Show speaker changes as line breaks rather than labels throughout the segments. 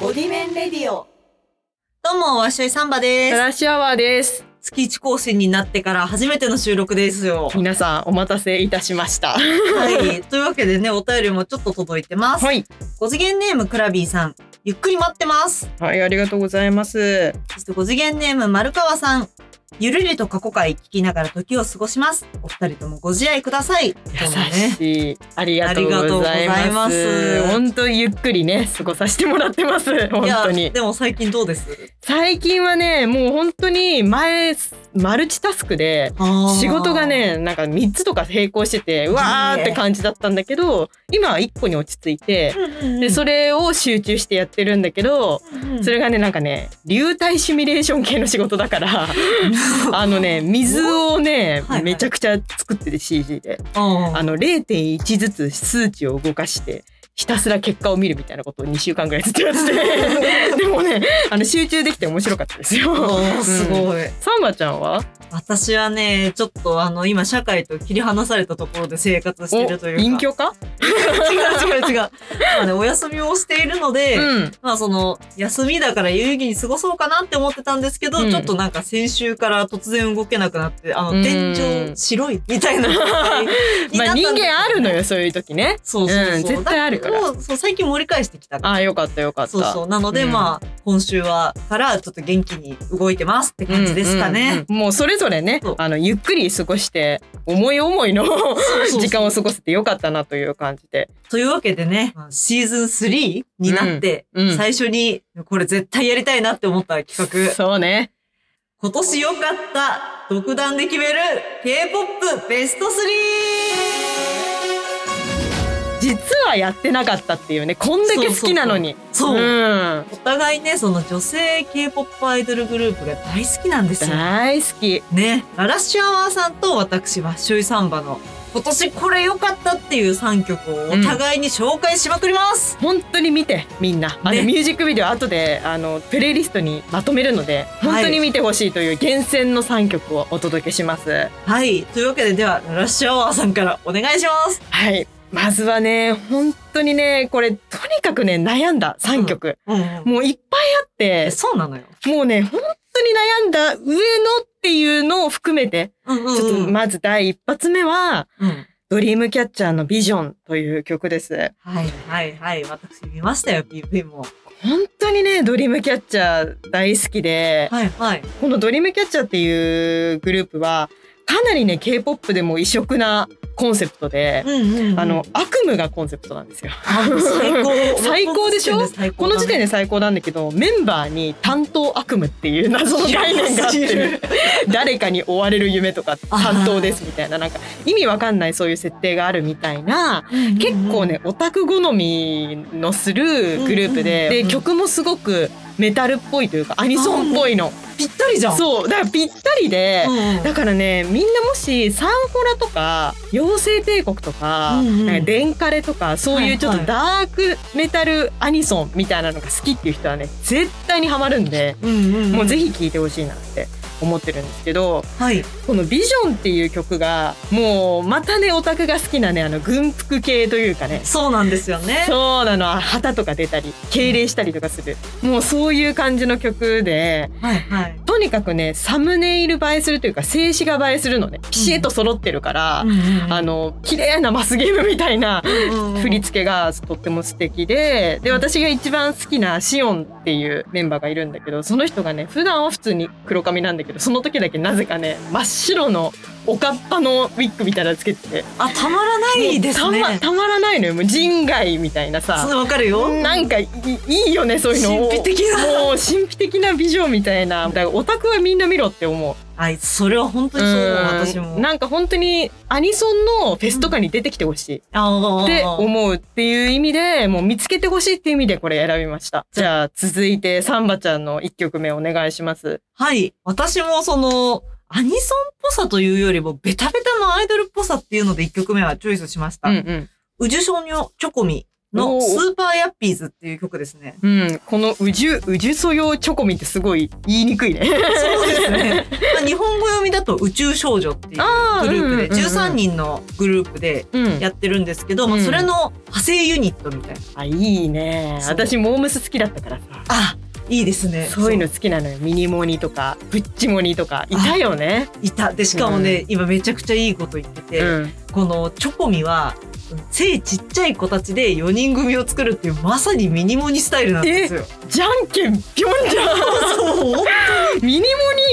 ボディメンレディオ。どうも、わっしょいサンバで
フ
す。
ラッシュアワーです。
月一更新になってから初めての収録ですよ。
皆さんお待たせいたしました。
はい。というわけでね、お便りもちょっと届いてます。
はい。
5次元ネームクラビーさん、ゆっくり待ってます。
はい、ありがとうございます。
そして5次元ネーム丸川さん、ゆるりと過去回聞きながら時を過ごします。お二人ともご自愛ください。
優しい。ありがとう
あり
ござい
が
ま
とうござい
す
ます。
本当にゆっくりね、過ごさせてもらってます。
どうもね
本当
いや、
に。
でも最近どうです
最近はね、もう本当に前、マルチタスクで、 仕事が、ね、なんか3つとか並行してて、うわーって感じだったんだけど、今は1個に落ち着いて、で、それを集中してやってるんだけど、それがね、なんかね、流体シミュレーション系の仕事 だから、あのね、水をね
はいは、い
めちゃくちゃ作ってて CG で、
あ
あの0.1ずつ数値を動かして、ひたすら結果を見るみたいなことを2週間ぐらいずっと やってて、でもね、あの集中できて面白かったですよ。
の、すごい。
サンバちゃんは
私はね、ちょっとあの、今、社会と切り離されたところで生活しているというか。
隠居か
違う違う違う。まあね、お休みをしているので、
うん。
まあその、休みだから有意義に過ごそうかなって思ってたんですけど、
うん
ちょっとなんか先週から突然動けなくなって、あの、
うん
天井白いみ たいな状態にな
ま
った
あ
んです
人
よ
間あるの。よ、そういう時ね。
そうそうそう。
うん絶対あるから
だもうそう最近盛り返してきた
ああ、よかったよかった。
そうそう。なので、
うん
まあ、今週は、から、ちょっと元気に動いてますって感じですかね。
うんうんうんもうそれぞれね
そう
あのゆっくり過ごして思い思いの
うそう
時間を過ごせてよかったなという感じで。
というわけでね、まあシーズン3になって、
うんうん
最初に、これ絶対やりたいなって思った企画。
そうね。
今年良かった、独断で決める、K-POP ベスト 3!
実はやってなかったっていうねこんだけ好きなのに。
そう。
うん
お互いね、その女性 K-POP アイドルグループが大好きなんですよ。
大好き。
ね。ララッシュアワーさんと私は、シュイサンバの、今年これ良かったっていう3曲をお互いに紹介しまくります、
本当に見てみんなあの、
ね
ミュージックビデオ後であのプレイリストにまとめるので
い
本当に見てほしいという厳選の3曲をお届けします。
はい。というわけで、では、ララッシュアワーさんからお願いします
はいまずはね本当にねこれとにかくね悩んだ3曲、
うん
もういっぱいあって
えそうなのよ。
もうね、本当に悩んだ上のっていうのを含めて、
うん
ちょっとまず第一発目は、
うん
ドリームキャッチャーのビジョンという曲です。
はいはいはい。私見ましたよ、PV も。
本当にね、ドリームキャッチャー大好きで、
はいはい。
このドリームキャッチャーっていうグループは、かなりね、K-POP でも異色なコンセプトで、
うんうん、
あの、、悪夢がコンセプトなんですよ。
最高。
最高でしょ この時
で
点で最高なんだけど、メンバーに担当悪夢っていう謎の概念があって、誰かに追われる夢とか担当ですみたいななんか意味わかんないそういう設定があるみたいな結構。ねオタク好みのするグループで
うんうんうん
で曲もすごくメタルっぽいというかアニソンっぽいの
ぴったりじゃん。
そうだからぴったりで
うんうん
だからねみんなもしサンホラとか妖精帝国とか
うんうん
なんかデンカレとかそう
はい
い
は
う
い
ちょっとダークメタルアニソンみたいなのが好きっていう人はね絶対にハマるんで
うんうんうん
もうぜひ聴いてほしいなって思ってるんですけど
はい。
この「ビジョン」っていう曲がもうまたねオタクが好きなねあの軍服系というかね
そうなんですよね。
そうなの旗とか出たり敬礼したりとかするもうそういう感じの曲で
はいはい。
とにかくねサムネイル映えするというか静止画映えするのねピシッと揃ってるから、あ
の、
の綺麗なマスゲームみたいな振り付けがとっても素敵でで私が一番好きなシオンっていうメンバーがいるんだけどその人がね普段は普通に黒髪なんだけどその時だけなぜかね真っ白のおかっぱのウィッグみたいなのつけてて
あ、たまらないですね
もうた。またまらないのよもう人外みたいな
そ
さ
うわかるよ。
なんかいいいいよねそういうの
神秘的な。
もう神秘的な美女みたいなだからオタクはみんな見ろって思う
はい、それは本当にそう思う、私
うん
も。
なんか本当にアニソンのフェスとかに出てきてほしい、
あ
って
ー
思うっていう意味で、もう見つけてほしいっていう意味でこれ選びました。じゃあ続いてサンバちゃんの1曲目お願いします。
はい。私もその、アニソンっぽさというよりも、ベタベタのアイドルっぽさっていうので一曲目はチョイスしました。
うんうん。
ウジュ少女チョコミの
おー
スーパーヤッピーズっていう曲ですね。
うん、このうじゅ、うじゅそよチョコミってすごい言いにくいね。
そうですね。 まあ、日本語読みだと宇宙少女っていう
あ
グループで、13
人。
人のグループで
うん。
やってるんですけど、まあ、
うん
それの派生ユニットみたいな。
あ、いいね。
そう
私、モームス好きだったからさ。
あ、いいですね。
そういうの好きなのよ。ミニモニとか、プッチモニとか、いたよね。
いた。で、しかもね、今めちゃくちゃいいこと言ってて、
うん。
このチョコミは、背ちっちゃい子たちで4人組を作るっていうまさにミニモニスタイルなんですよ。
じゃんけんぴょんじゃ
そう
ン ミニモ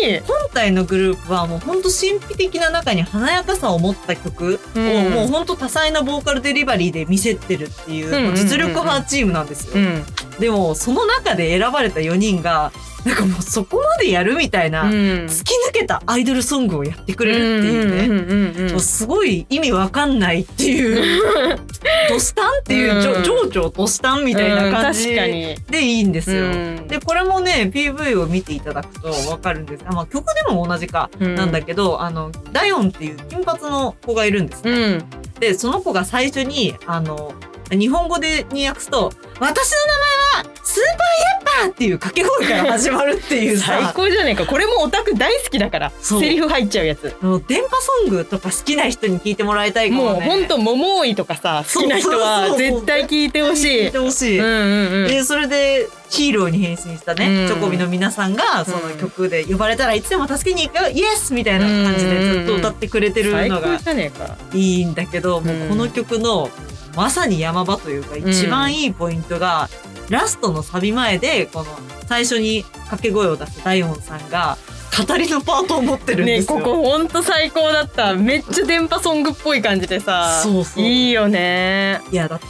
ニ
本体のグループはもうほんと神秘的な中に華やかさを持った曲を
うん
もうほんと多彩なボーカルデリバリーで見せてるっていう
うんうんうんうん
もう実力派チームなんです
う
よ。
ん。
でもその中で選ばれた4人がなんかもうそこまでやるみたいな
うん
突き抜けたアイドルソングをやってくれるっていうね。
うんうんうん
もうすごい意味わかんないっていう、 ドスタンっていう、
うん
情情緒ドスタンみたいな感じ
うん確か
で
に。
いいんですよ。
うん
で、これもね、PV を見ていただくとわかるんですが、まあ曲でも同じか
うん
なんだけど、あの、ダヨンっていう金髪の子がいるんです
う
ね。
ん。
で、その子が最初に、あの、日本語でに訳すと、私の名前はスーパーヤッパーっていう掛け声から始まるっていう
最
さ、
高じゃねえか。これもオタク大好きだから。
そう
セリフ入っちゃうやつ。
あの電波ソングとか好きな人に聞いてもらいたいかも、
もう
ね。
ほんと桃いとかさ
そ
好
う
きな人
そ
は
うそう
絶対聞いてほし
聞
い
い。てほしい。
うんうんうん。
でそれでヒーローに変身したね、
うん
チョコビの皆さんがその曲で呼ばれたらいつでも助けに行くよイエスみたいな感じでずっと歌ってくれてる
最
の
高
が
じゃねえか。
いいんだけど、もううんこの曲のまさに山場というか
ん
一番いいポイントが、ラストのサビ前でこの最初に掛け声を出すダイオンさんが語りのパートを持ってるんで
ね
すよ。
ここほんと最高だった。めっちゃ電波ソングっぽい感じでさ。
そうそう
いいよね。
いやだって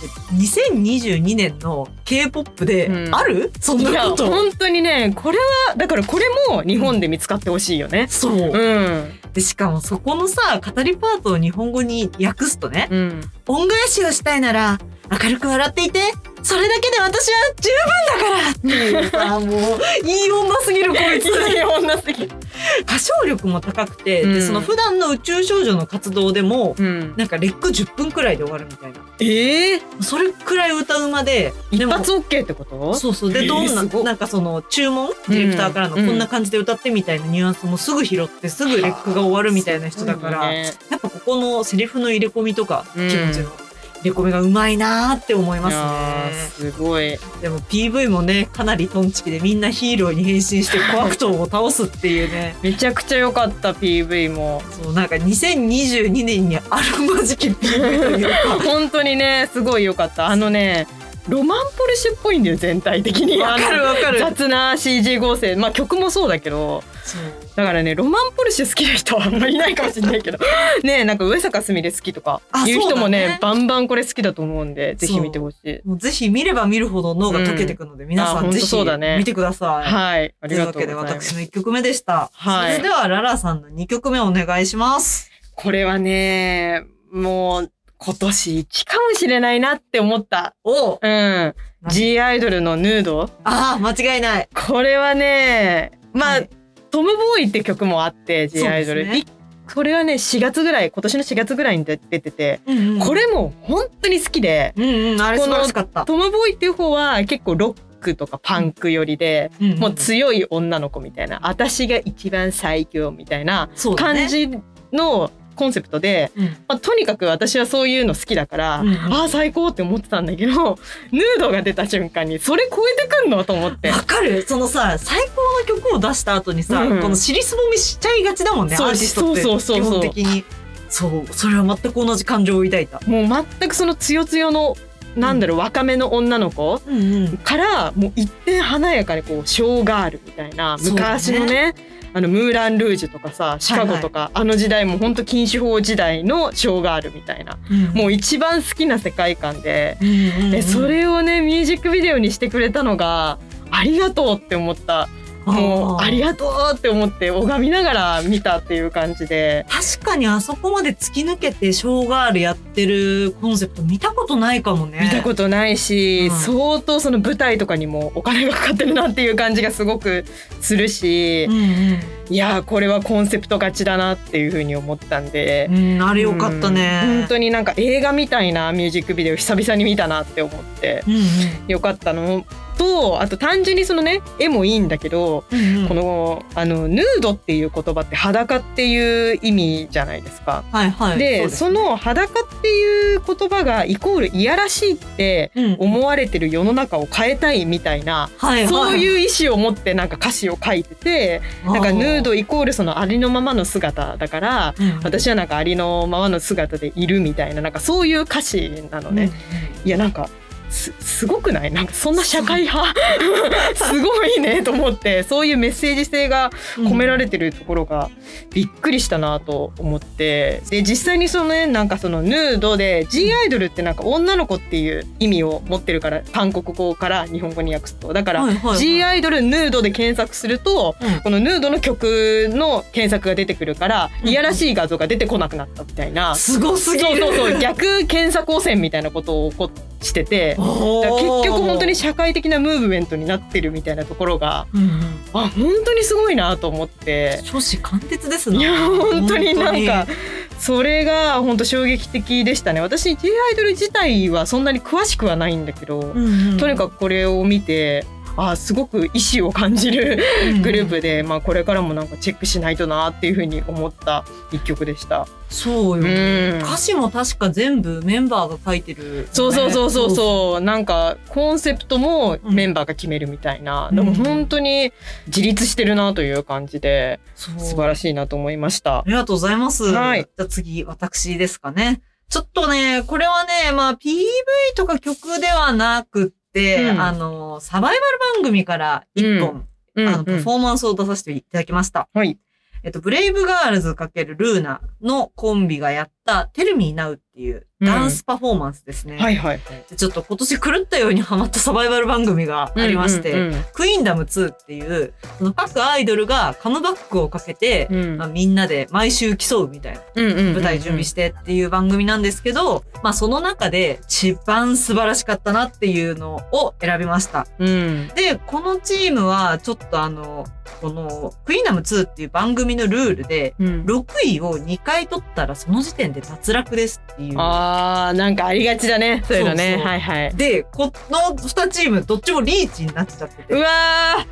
2022年の K-POP で
うん
ある、そん
い
な
や
こと。
本当にねこれはだからこれも日本で見つかってほしいよね。
そう、
うん。
で、しかもそこのさ、語りパートを日本語に訳すとね、
うん。
恩返しをしたいなら、明るく笑っていて、それだけで私は十分だからっていうさ、もう、いい女すぎるこい
い
つ。
い女すぎ。
歌唱力も高くて、
う
で、
ん
その普段の宇宙少女の活動でも、
うん。
なんかレック10分くらいで終わるみたいな。
ええ
それくらい歌うまで、
一
でも
発 OK ってこと？
そうそう。で、
えー
どんな、
すごっ
なんかその注文ディレクターからのこ
うん
んな感じで歌ってみたいなニュアンスもすぐ拾って、すぐレックが終わるみたいな人だから、
いいね
やっぱここのセリフの入れ込みとか、
うん
気持ちの入れ込みがうまいなーって思い
い
ます
やー
ね。
すごい。
でも PV もね、かなりトンチキでみんなヒーローに変身してコアクトを倒すっていうね。
めちゃくちゃ良かった PV も。
そう、なんか2022年にあるまじき PV というか。
本当にねすごい良かったあのねロマンポルシュっ ぽいんだよ全体的に
わかるわか
あの
る。
雑な CG 合成まあ曲もそうだけど
そう
だからねロマンポルシュ好きな人はあんまりいないかもしれな いけどねなんか上坂すみれ好きとか
あ
いう人もね
そうだね
バンバンこれ好きだと思うんでぜひ見てほしい
もうぜひ見れば見るほど脳が溶けていくので、皆さ
あ
ん
ほん
ぜ
と
ひ
そうだね
見てください。
はい
と
あり
いう
が
わ
とう
けで
ございま
私
す
の1曲目でした。
はい
それではララさんの2曲目お願いします。
これはねもう今年一かもしれないなって思った
おう
うん
何
G アイドルのヌード
ああ、間違いない。
これはねまあ、
はい
トム・ボーイって曲もあって
そうで
G
すね
アイドル、いこれはね4月ぐらい今年の4月ぐらいに出てて、
うんうん
これも本当に好きで
うんうん、あれ素
この
晴らしかった。
トム・ボーイっていう方は結構ロックとかパンク寄りで、
んん
もう強い女の子みたいな私が一番最強みたいな
そうだね
感。じのコンセプトで、
うん
まあ、とにかく私はそういうの好きだから、
うんうん
ああ最高って思ってたんだけどヌードが出た瞬間にそれ超えてくんのと思って
わかるそのさ、最高の曲を出した後にさ、
うん
この尻すぼみしちゃいがちだもんね、ア
そう
ーティストって。
そうそうそうそ
基本
う
的に。そう、それは全く同じ感情を抱いた。
もう全くそのつよつよのなんだろう、若めの女の子
うんうん。
からもう一点華やかにこうショーガールみたいな
そうだね
昔のねあのムーラン・ルージュとかさシカゴとか、あの時代も本当禁酒法時代のショーガールみたいなもう一番好きな世界観で,、
うんうんうん、
でそれをねミュージックビデオにしてくれたのがありがとうって思ったもうあり
が
がとうって思って拝みながら見たっていう感じで。
確かにあそこまで突き抜けてショーガールやってるコンセプト見たことないかもね。
見たことないし、
うん
相当その舞台とかにもお金がかかってるなっていう感じがすごくするし、
うんうん。
いやーこれはコンセプト勝ちだなっていうふうに思ったんで、
うん、あれよかったね。
うん本当になんか映画みたいなミュージックビデオ久々に見たなって思って
うん
よかったのとあと単純にそのね絵もいいんだけど、
うんうん
このあのヌードっていう言葉って裸っていう意味じゃないですか。
はいはい。
で
うす
その裸っていう言葉がイコールいやらしいって
うん
思われてる世の中を変えたいみたいな、
はいはい、
そういう意思を持ってなんか歌詞を書いててなんかヌードイコールそのありのままの姿だから
あー、うん
私はなんかありのままの姿でいるみたいななんかそういう歌詞なのね。いやなんかすすごくないなんかそんな社会派 すごいねと思ってそういうメッセージ性が
うん
込められてるところがびっくりしたなと思ってで実際にそのねなんかそのヌードで G アイドルってなんか女の子っていう意味を持ってるから韓国語から日本語に訳すとだから
はいはいはい
G アイドルヌードで検索すると
うん
このヌードの曲の検索が出てくるから
うん
いやらしい画像が出てこなくなったみたいな。
すごすぎ
そう
る。
そうそう逆検索汚染みたいなことを起こしてて
お
だから
ー
結局本当に、社会的なムーブメントになってるみたいなところが
うんうん
あ本当にすごいなと思って
少子貫徹ですな。
いや本当になんか
本
それが本当衝撃的でしたね私 J アイドル自体はそんなに詳しくはないんだけど、
当に、うんうん
とにかくこれを見てあすごく意思を感じるグループで、まあ、これからもなんかチェックしないとなっていうふうに思った一曲でした。
そうよ、
うん
歌詞も確か全部メンバーが書いてる、
そうそうそうそうそうなんかコンセプトもメンバーが決めるみたいな、
うん
でも本当に自立してるなという感じで
そう
素晴らしいなと思いまし
あ
た。
りがとうございます。
はい
じゃあ次、私ですかね。ちょっとね、これはね、まあ PV とか曲ではなくって、
うん
あの、サバイバル番組から一本、
うん
あの、パフォーマンスを出させていただきました。
はい。
えっと、ブレイブガールズ×ルーナのコンビがやった、テルミーナウっていうダンスパフォーマンスですね。
はいはい。
でちょっと今年狂ったようにハマったサバイバル番組がありまして、
うん
クイーンダム2っていう、その各アイドルがカムバックをかけて、
うんうん。
まあ、みんなで毎週競うみたいな舞台準備しててっていう番組なんですけど、まあその中で一番素晴らしかったなっていうのを選びました。
うん
で、このチームはちょっとあの、このクイーナム2っていう番組のルールで、
うん
6位を2回取ったらその時点で脱落ですっていう。
あーなんかありがちだねそういうのね
そうそう
はいはい。
で、この2チームどっちもリーチになっちゃって
う
て。
わ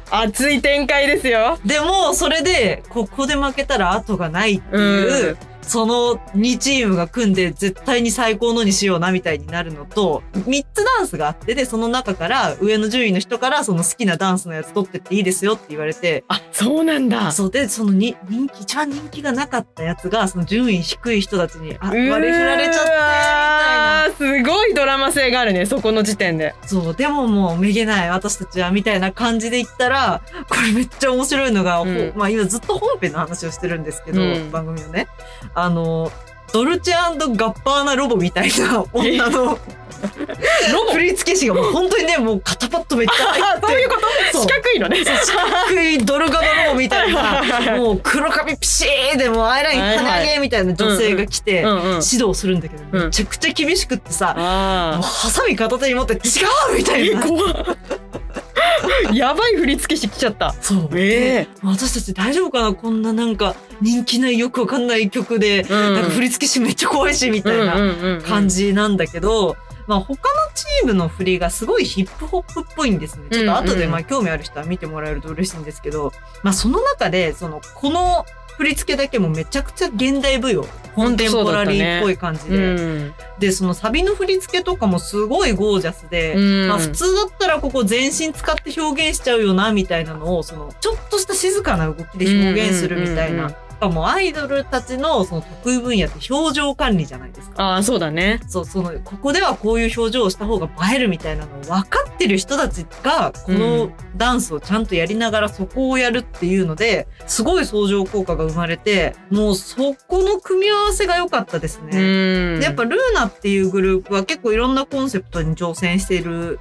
ー熱い展開ですよ。
でも、それで、ここで負けたら後がないっていう、その2チームが組んで絶対に最高のにしようなみたいになるのと、3つダンスがあってで、その中から上の順位の人からその好きなダンスのやつ取ってっていいですよって言われて、
あそうなんだ。
そうで、そのに人気、一番人気がなかったやつが、その順位低い人たちに、あ、割り振られちゃったよみたいな。
たすごいドラマ性があるねそこの時点で。
そう、でももうめげない、私たちは、みたいな感じで言ったら、これめっちゃ面白いのが、ほ
うん
まあ今ずっと本編の話をしてるんですけど、
うん
番組をね。あの、ドルチェガッパーナロボみたいな女の
ロボ
振り付け師がもう本当にね、もう肩パッドめっちゃ入
あ
って、
そういうこと
そう
四角いのね。
低いドルガバロボみたいな、もう黒髪ピシーでもうアイライン
は
鼻
い
毛みたいな女性が来て、
うんうん。
指導するんだけど、
うん
めちゃくちゃ厳しくってさ、もう
ああ。
ハサミ片手に持って違うみたい
え
な。
怖っやばい振り付けしてきちゃった。
そう。
え
私たち大丈夫かなこんななんか人気ないよくわかんない曲で、なんか振り付け師めっちゃ怖いしみたいな
な
感。じなんだけど、まあ他のチームの振りがすごいヒップホップっぽいんですね。ちょっと後
うんうん
で
うん
まあ興味ある人は見てもらえると嬉しいんですけど、まあその中で、そのこの振り付けだけもめちゃくちゃ現代舞踊、コンテンポラリーっぽい感じ
う
で、
ん。
で、そのサビの振り付けとかもすごいゴージャスで、
うん
まあ、普。通だったらここ全身使って表現しちゃうよなみたいなのをそのちょっとした静かな動きで表現するみたい
うんうんうんうん
な。しかもアイドルたちのその得意分野って表情管理じゃないですか。
ああそうだね。
そうそのここではこういう表情をした方が映えるみたいなのを分かってる人たちがこ
う
の
ん
ダンスをちゃんとやりながらそこをやるっていうのですごい相乗効果が生まれてもうそこの組み合わせが良かったですね。
うん。
でやっぱルーナっていうグループは結構いろんなコンセプトに挑戦してる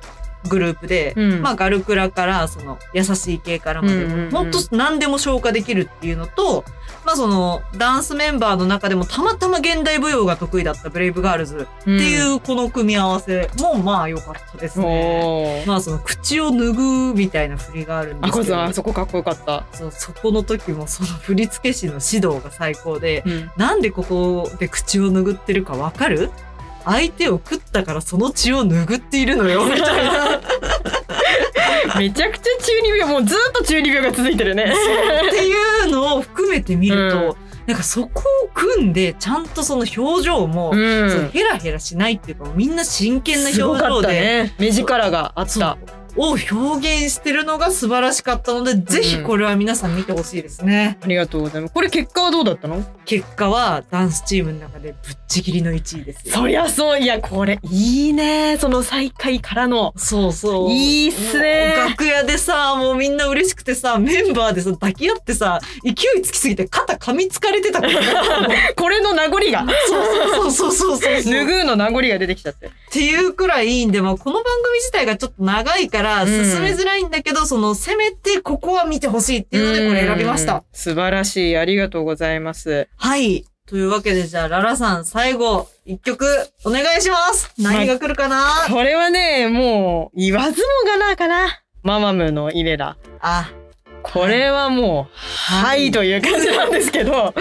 グループで、
うん
まあガルクラからその優しい系からまで、
うんうんうん
もっと何でも消化できるっていうのと、まあそのダンスメンバーの中でもたまたま現代舞踊が得意だったブレイブガールズ
て
っていううこの組み合わせもまあ良かったです
ん。
ね。
おー
まあその口を脱ぐみたいな振りがあるんで
あ
す
こ
け
いつ
ど
はあそこかっこよかった。
そうそこの時もその振付師の指導が最高で
うん
なんでここで口を拭ってるかわかる相手を食ったからその血を拭っているのよ、みたいな。っ
めちゃくちゃ中二病もうずっと中二病が続いてるね。
ていうのを含めてみる
う
と、なんかそこを組んで、ちゃんとその表情も、
ん
そうヘラヘラしないっていうか、みんな真剣な表
すごか
情
った
で、
ね。目力があっ
そ
た
う。を表現してるのが素晴らしかったので、ぜひこれは皆さん見てほしいですね。
ありがとうございます。これ結果はどうだったの
結果は、ダンスチームの中でぶっちぎりの1位ですよ。
そりゃそう。いや、これいいね。その最下位からの。
そうそう。
いいっすね
もう楽屋でさ、もうみんな嬉しくてさ、メンバーでさ、抱き合ってさ、勢いつきすぎて肩噛みつかれてたから。
これの名残が。
そうそうそうそうそうそう。
脱ぐの名残が出てきちゃっ て。
っていうくらいいいんで、まあ、この番組自体がちょっと長いから
うん
進めづらいんだけど、その、せめてここは見てほしいっていうのでこれ選びまし
うん
た。。
素晴らしい。ありがとうございます。
はい。というわけで、じゃあ、ララさん、最後、一曲、お願いします。何が来るかな、
これはね、もう言わずもがなかな。ママムのイレラ。
あ、
これはもう、
は
はいという感じなんですけど。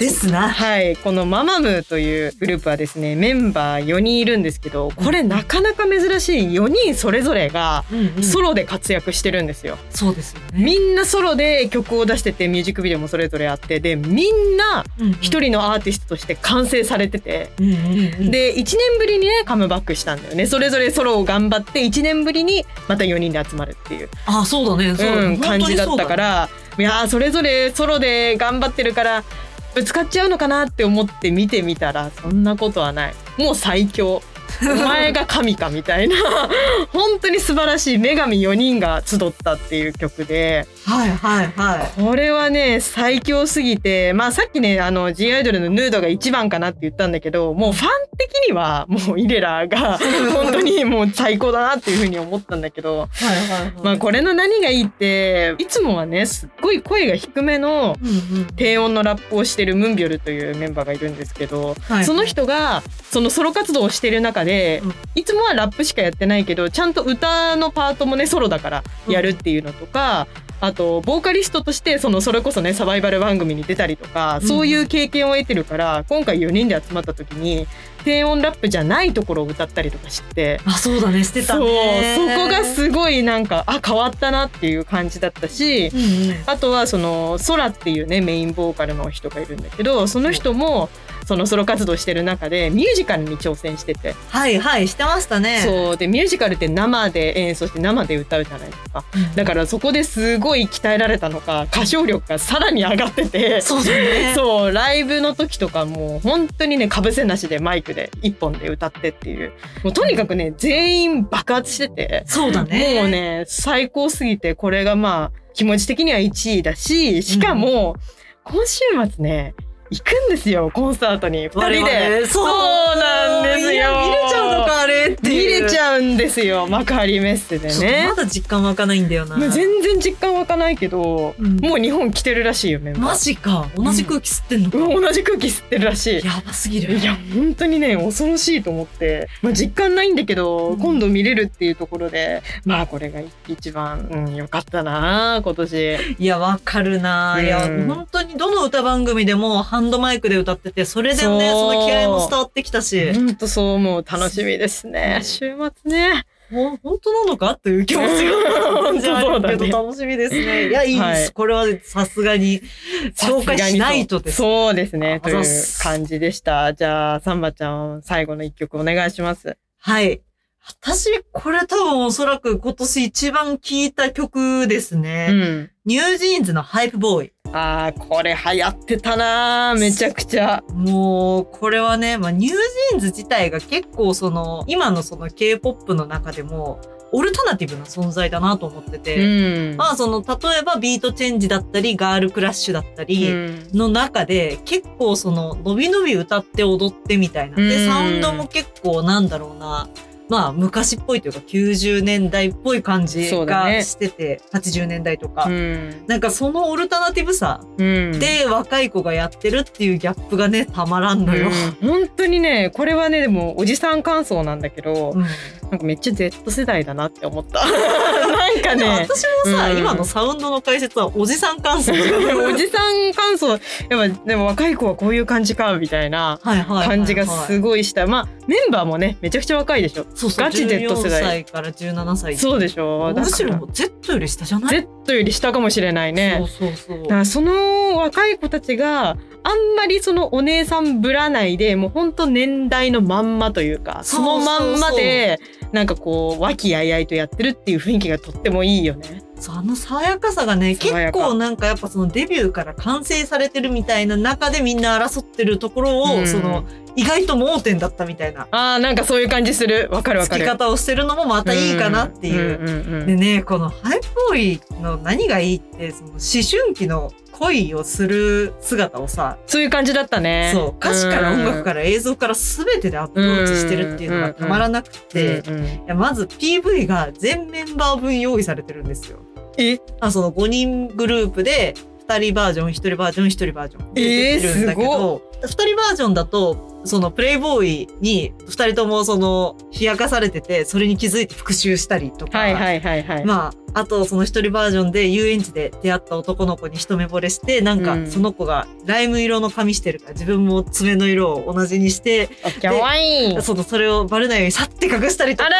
ですな。
はい、このママムーというグループはですねメンバー4人いるんですけどこれなかなか珍しい4人それぞれが
うん、うん。
ソロで活躍してるんですよ。
そうですよね。
みんなソロで曲を出しててミュージックビデオもそれぞれあってでみんな一人のアーティストとして完成されてて。
うんうんうんうん、
で1年ぶりにねカムバックしたんだよねそれぞれソロを頑張って1年ぶりにまた4人で集まるっていう
あそうだね、そうだね。
うん、感じだったからら、いやーそれぞれソロで頑張ってるからぶつかっちゃうのかなって思って見てみたらそんなことはないもう最強お前が神かみたいな 本当に素晴らしい女神4人が集ったっていう曲で
はいはいはい。
これはね最強すぎてまあさっきねあの G アイドルのヌードが一番かなって言ったんだけどもうファン的にはもうイレラが本当にもう最高だなっていうふうに思ったんだけど
はいはいはい。
まあこれの何がいいっていつもはねすっごい声が低めの
うんうん
低音のラップをしてるムンビョルというメンバーがいるんですけど、
はい
その人がそのソロ活動をしてる中で、
うん
いつもはラップしかやってないけどちゃんと歌のパートもねソロだからやるっていうのとか、あとボーカリストとしてそのそれこそねサバイバル番組に出たりとか
うん
そういう経験を得てるから今回4人で集まった時に低音ラップじゃないところを歌ったりとかして。
あそうだねしてたね。
そうそこがすごいなんかあ変わったなっていう感じだったし
うんうん
あとはそのソラっていうねメインボーカルの人がいるんだけどその人もそのソロ活動してる中でミュージカルに挑戦してて、
はいはいしてましたね。
そうでミュージカルって生で演奏して生で歌うじゃないですか
うん
だからそこですごい鍛えられたのか歌唱力がさらに上がってて。
そうだね。
そうライブの時とかもう本当にねかぶせなしでマイクで一本で歌ってっていうもうとにかくね全員爆発してて
そうだね。
もうね、最高すぎて、これがまあ、気持ち的には1位だし、しかも、今週末ね、行くんですよ、コンサートに。2
我
人
々そ
で。
う
そうなんですよ
いや見れちゃうのかあれって
見
いう。
れち
う。
ゃうんですよ、幕張メッセでね
ま。だ実感湧かないんだよな。
もう全然実感湧かないけど、
うん
もう日本来てるらしいよ、メンバ
マ
ー。
ジか同じ空気吸ってんのか。
うん同じ空気吸ってるらしい。
やばすぎる。
いや本当にね恐ろしいと思って、まあ、実感ないんだけど、
うん
今度見れるっていうところでまあこれが一番うん良かったな今年。
いや、わかるな、いや、
うん
本当にどの歌番組でもハンドマイクで歌ってて、それでね、
そ
そうの気合も伝わってきたし、
本当そう思う楽しみですね週末ね
ほん本当なのかという気持ち が。
うんそうだね
けど楽しみですね。いや、いいです。
はい
これはさすがに紹介しないとです。
そうですね
あ
とい
ざ
う
っす
感じでしたじゃあサンバちゃん最後の一曲お願いします
はい。私、これ多分おそらく今年一番聴いた曲ですね。
うん
ニュージーンズのハイプボーイ。
あーこれ流行ってたなーめちゃくちゃ
もう、これはね、まあ、ニュージーンズ自体が結構その、今のその K-POP の中でも、オルタナティブな存在だなと思って
う
て、
ん
まあその、例えばビートチェンジだったり、ガールクラッシュだった
う
り、
ん
の中で結構その、のびのび歌って踊ってみたいな。で、
うん
サウンドも結構なんだろうな、まあ昔っぽいというか90年代っぽい感じ
そうだ
が
ね
してて、80年代とか、
うん
なんかそのオルタナティブさ
うん
で若い子がやってるっていうギャップがねたまらんのよ。
うん本当にねこれはねでもおじさん感想なんだけど
うん
なんかめっちゃ Z 世代だなって思った なんか
でも
ね
私もさ、
うん
今のサウンドの解説はおじさん感想
おじさん感想やっぱでも若い子はこういう感じかみたいな
はいはいはいはい
感じがすごいした、まあメンバーもねめちゃくちゃ若いでしょ
そうそう
ガチ Z 世
14歳
代
から17歳
そうでしょ
むし
だ
ろ
か
Z より下じゃ
ら
ない
Z より下かもしれないね
そうそうそう
だからその若い子たちがあんまりそのお姉さんぶらないでもうほんと年代のまんまというか
そ
そう
そ
の
うそう
まんまでなんかこう和気あいあいとやってるっていう雰囲気がとってもいいよね。
そうあの爽やかさがね
爽や
結
か
構なんかやっぱそのデビューから完成されてるみたいな中でみんな争ってるところを、
うん
その意外と盲点だったみたいな
あーなんかそういう感じするわかるわ
付き
かる。
方をしてるのもまたいいかなっていう。
うんうんうんうん
でねこのハイボーイの何がいいってその思春期の恋をする姿をさ、
そういう感じだったね。
そう歌詞から音楽
ら
から映像から全てでアプローチしてるっていうのがたまらなくて、いやまず PV が全メンバー分用意されてるんですよ。
え
あその5人グループで2人バージョン1人バージョン1人バージョンで
え
出
ー
てるんだけど、2人バージョンだとそのプレイボーイに2人ともその冷やかされててそれに気づいて復讐したりとか、
はいはいはいはい。
まああとその1人バージョンで遊園地で出会った男の子に一目惚れしてなん
う
か
ん
その子がライム色の髪してるから自分も爪の色を同じにして
かわいい。
そのそれをバレないようにさって隠したりとか。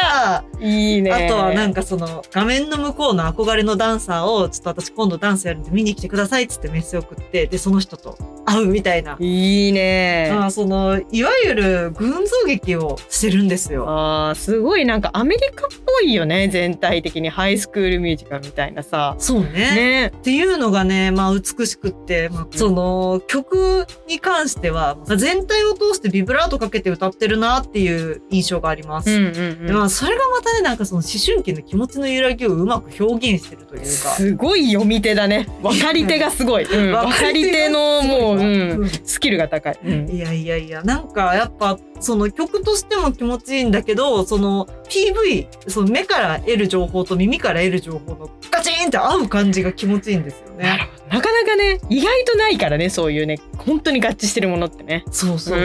いいね。
あとはなんんかその画面の向こうの憧れのダンサーをちょっと私今度ダンスやるんで見に来てくださいっつってメッセ送ってでその人と会うみたいな、
いいね。
まあそのいわゆる群像劇をしてるんですよ。
あーすごいなんかアメリカっぽいよね全体的にハイスクールミュージカルみたいなさ。
そうね
ね、
っていうのがね、まあ、美しくって、まあ、その曲に関してはまあ全体を通してビブラートかけて歌ってるなっていう印象があります。
うん
でまあ、それがまたねなんかその思春期の気持ちの揺らぎをうまく表現してるというか。
すごい読み手だね分かり手がすごい、 うん、分かり手のもう、うん、スキルが高い、うん
いやいやいや、なんかやっぱその曲としても気持ちいいんだけど、その PV、その目から得る情報と耳から得る情報のガチンって合う感じが気持ちいいんですよ
なる
ね。
なかなかね意外とないからねそういうね本当に合致してるものってね
そうそうそう。
う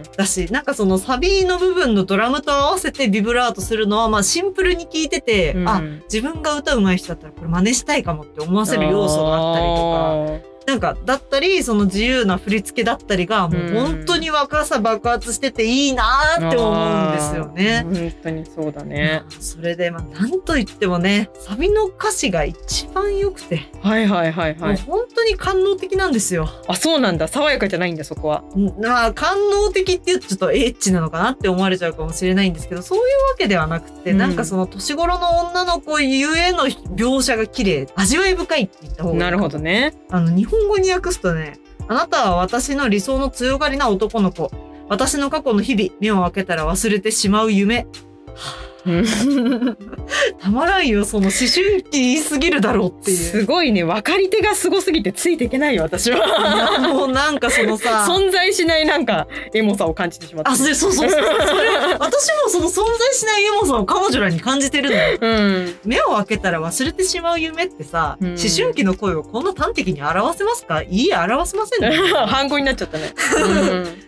ん
だし、なんかそのサビの部分のドラムと合わせてビブラートするのは、まあシンプルに聞いてて、
うん
あ、自分が歌うまい人だったらこれ真似したいかもって思わせる要素があったりとか。なんか、だったり、その自由な振り付けだったりが、もう
うん
本当に若さ爆発してていいなーって思うんですよね。
あー本当にそうだね、
まあそれで、まあ、なんといってもね、サビの歌詞が一番良くて、
はいはいはい
も
は
う
い
本当に官能的なんですよ。
あそうなんだ爽やかじゃないんだそこは
んまあ、官能的って言うとちょっとエッチなのかなって思われちゃうかもしれないんですけど、そういうわけではなくて、
うん
なんかその年頃の女の子ゆえの描写が綺麗、味わい深いって言った方がいいかも
なるほどね
あの、日本語に訳すとね、あなたは私の理想の強がりな男の子。私の過去の日々、目を開けたら忘れてしまう夢。たまらんよ、その思春期言いすぎるだろうってい
す
う。
ごいね分かり手がすごすぎてついていけないよ私
い
は
やもうなんかその さ、
存在しないなんかエモさを感じてしまった
あ、そうそうそうそう。それ私もその存在しないエモさを彼女らに感じてるのよ。
うん
目を開けたら忘れてしまう夢ってさ、
うん
思春期の声をこんな端的に表せますかいいえ、表せませんね。
反抗になっちゃったね、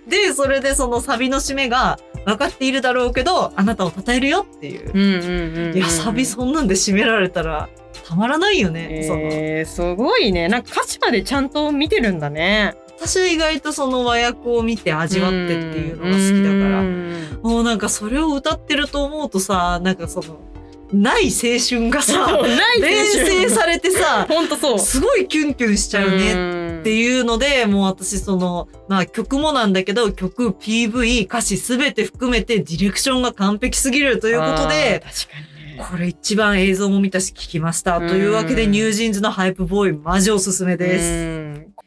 で、それでそのサビの締めが、分かっているだろうけど、あなたを称えるよっていう。
うん、うんうんうんうん
いや、サビそんなんで締められたら、たまらないよね。その
えー、すごいねなんか歌詞までちゃんと見てるんだね
私は意外とその和訳を見て味わってっていうのが好きだから。
うん
もうなんかそれを歌ってると思うとさ、なんかその、ない青春が
そ
さ、
う ない
連成されてさ、
本当 そう
すごいキュンキュンしちゃうね
ね
っていうので、もう私その、まあ曲もなんだけど、曲、PV、歌詞すべて含めてディレクションが完璧すぎると
と
いうことで、
確かにね
これ一番映像も見たし聞きました。
うん
というわけで、ニュージーンズのハイプボーイ、マジおすすめです。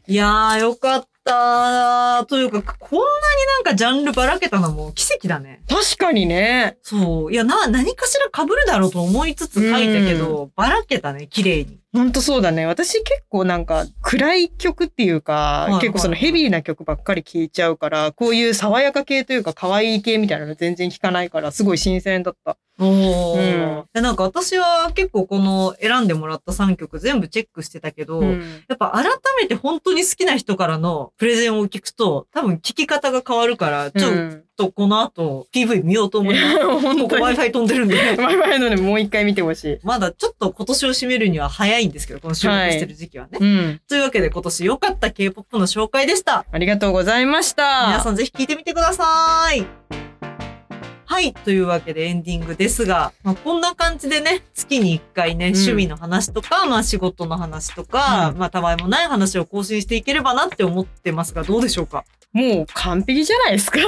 す
いやー、よかったー。というか、こんなになんかジャンルばらけたのも奇跡だね。
確かにね
そう。いや、な、何かしら被るだろうと思いつつ書いたけど、ばらけたね、綺麗に。
ほんとそうだね。私結構なんか暗い曲っていうか、
いはい
結構そのヘビーな曲ばっかり聴いちゃうから、こういう爽やか系というか可愛い系みたいなの全然聴かないから、すごい新鮮だった。
おお、
うん
でなんか私は結構この選んでもらった3曲全部チェックしてたけど、
うん
やっぱ改めて本当に好きな人からのプレゼンを聞くと、多分聞き方が変わるから、ちょっ
ん、
とこの後 PV 見ようと思います。
本
ここ
当に。
Wi-Fi 飛んでるんで。
前々のね、もう一回見てほしい。
まだちょっと今年を占めるには早いんですけど、この収録してる時期はね。
うん。
というわけで今年良かった K-POP の紹介でした。
ありがとうございました。
皆さんぜひ聞いてみてください。はい。というわけでエンディングですが、まあ、こんな感じでね、月に1回ね、
ん
趣味の話とか、まあ仕事の話とか、
うん
まあたわいもない話を更新していければなって思ってますが、どうでしょうか
もう完璧じゃない ですか。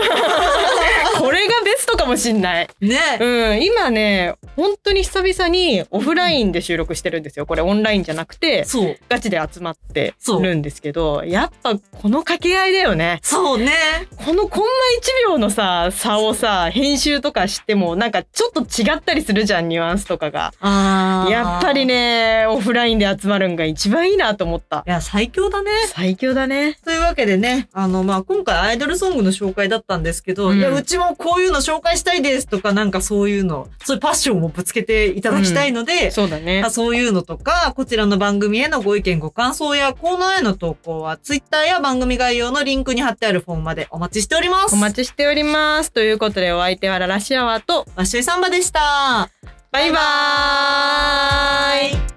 これがベストかもしんない。
ね、
うん、今ね、本当に久々にオフラインで収録してるんですよ。これオンラインじゃなくて、
そう。
ガチで集まって
そう
るんですけど、やっぱこの掛け合いだよね。
そうね。
このコンマ1秒のさ、差をさ、編集とかしても、なんかちょっと違ったりするじゃん、ニュアンスとかが。
あー
やっぱり。ね、オフラインで集まるんが一番いいなと思った。
いや、最強だね。
最強だね。
というわけでね、あの、まあ、今回アイドルソングの紹介だったんですけど、
うん
いや、うちもこういうの紹介したいですとか、なんかそういうの、そういうパッションをぶつけていただきたいので、
そうだね
あ。そういうのとか、こちらの番組へのご意見、ご感想やコーナーへの投稿は、ツイッターや番組概要のリンクに貼ってあるフォームまでお待ちしております。
お待ちしております。ということで、お相手はララシアワと、
マッシュイサンバでした。
バイバーイ
バイ